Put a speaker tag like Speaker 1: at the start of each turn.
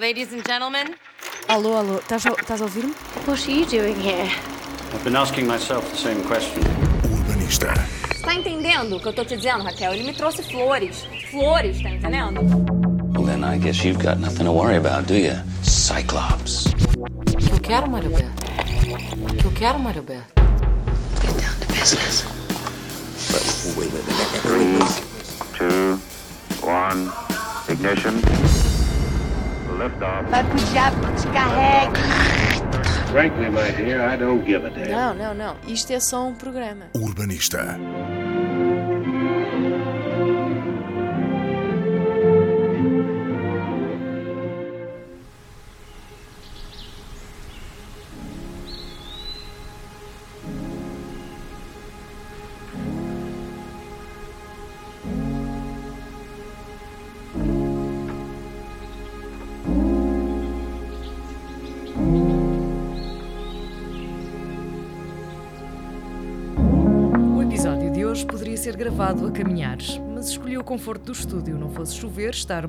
Speaker 1: Ladies and gentlemen,
Speaker 2: Alô, alô, estás a, estás a ouvir-me?
Speaker 3: What are you doing here?
Speaker 4: I've been asking myself the same question.
Speaker 5: O urbanista.
Speaker 6: Tá entendendo o que eu tô te dizendo, Raquel? Ele me trouxe flores. Flores, tá entendendo?
Speaker 7: Well, then I guess you've got nothing to worry about, do you? Cyclops.
Speaker 1: o que eu quero, Mário Beto? O que eu quero, Mário Beto?
Speaker 3: Get down to business.
Speaker 8: two, one, ignition. Liftoff.
Speaker 4: Frankly, my dear, I don't give a damn.
Speaker 2: Não, não, não. Isto é só um programa.
Speaker 5: O urbanista.
Speaker 9: O episódio de hoje poderia ser gravado a caminhar, mas escolhi o conforto do estúdio, não fosse chover, estar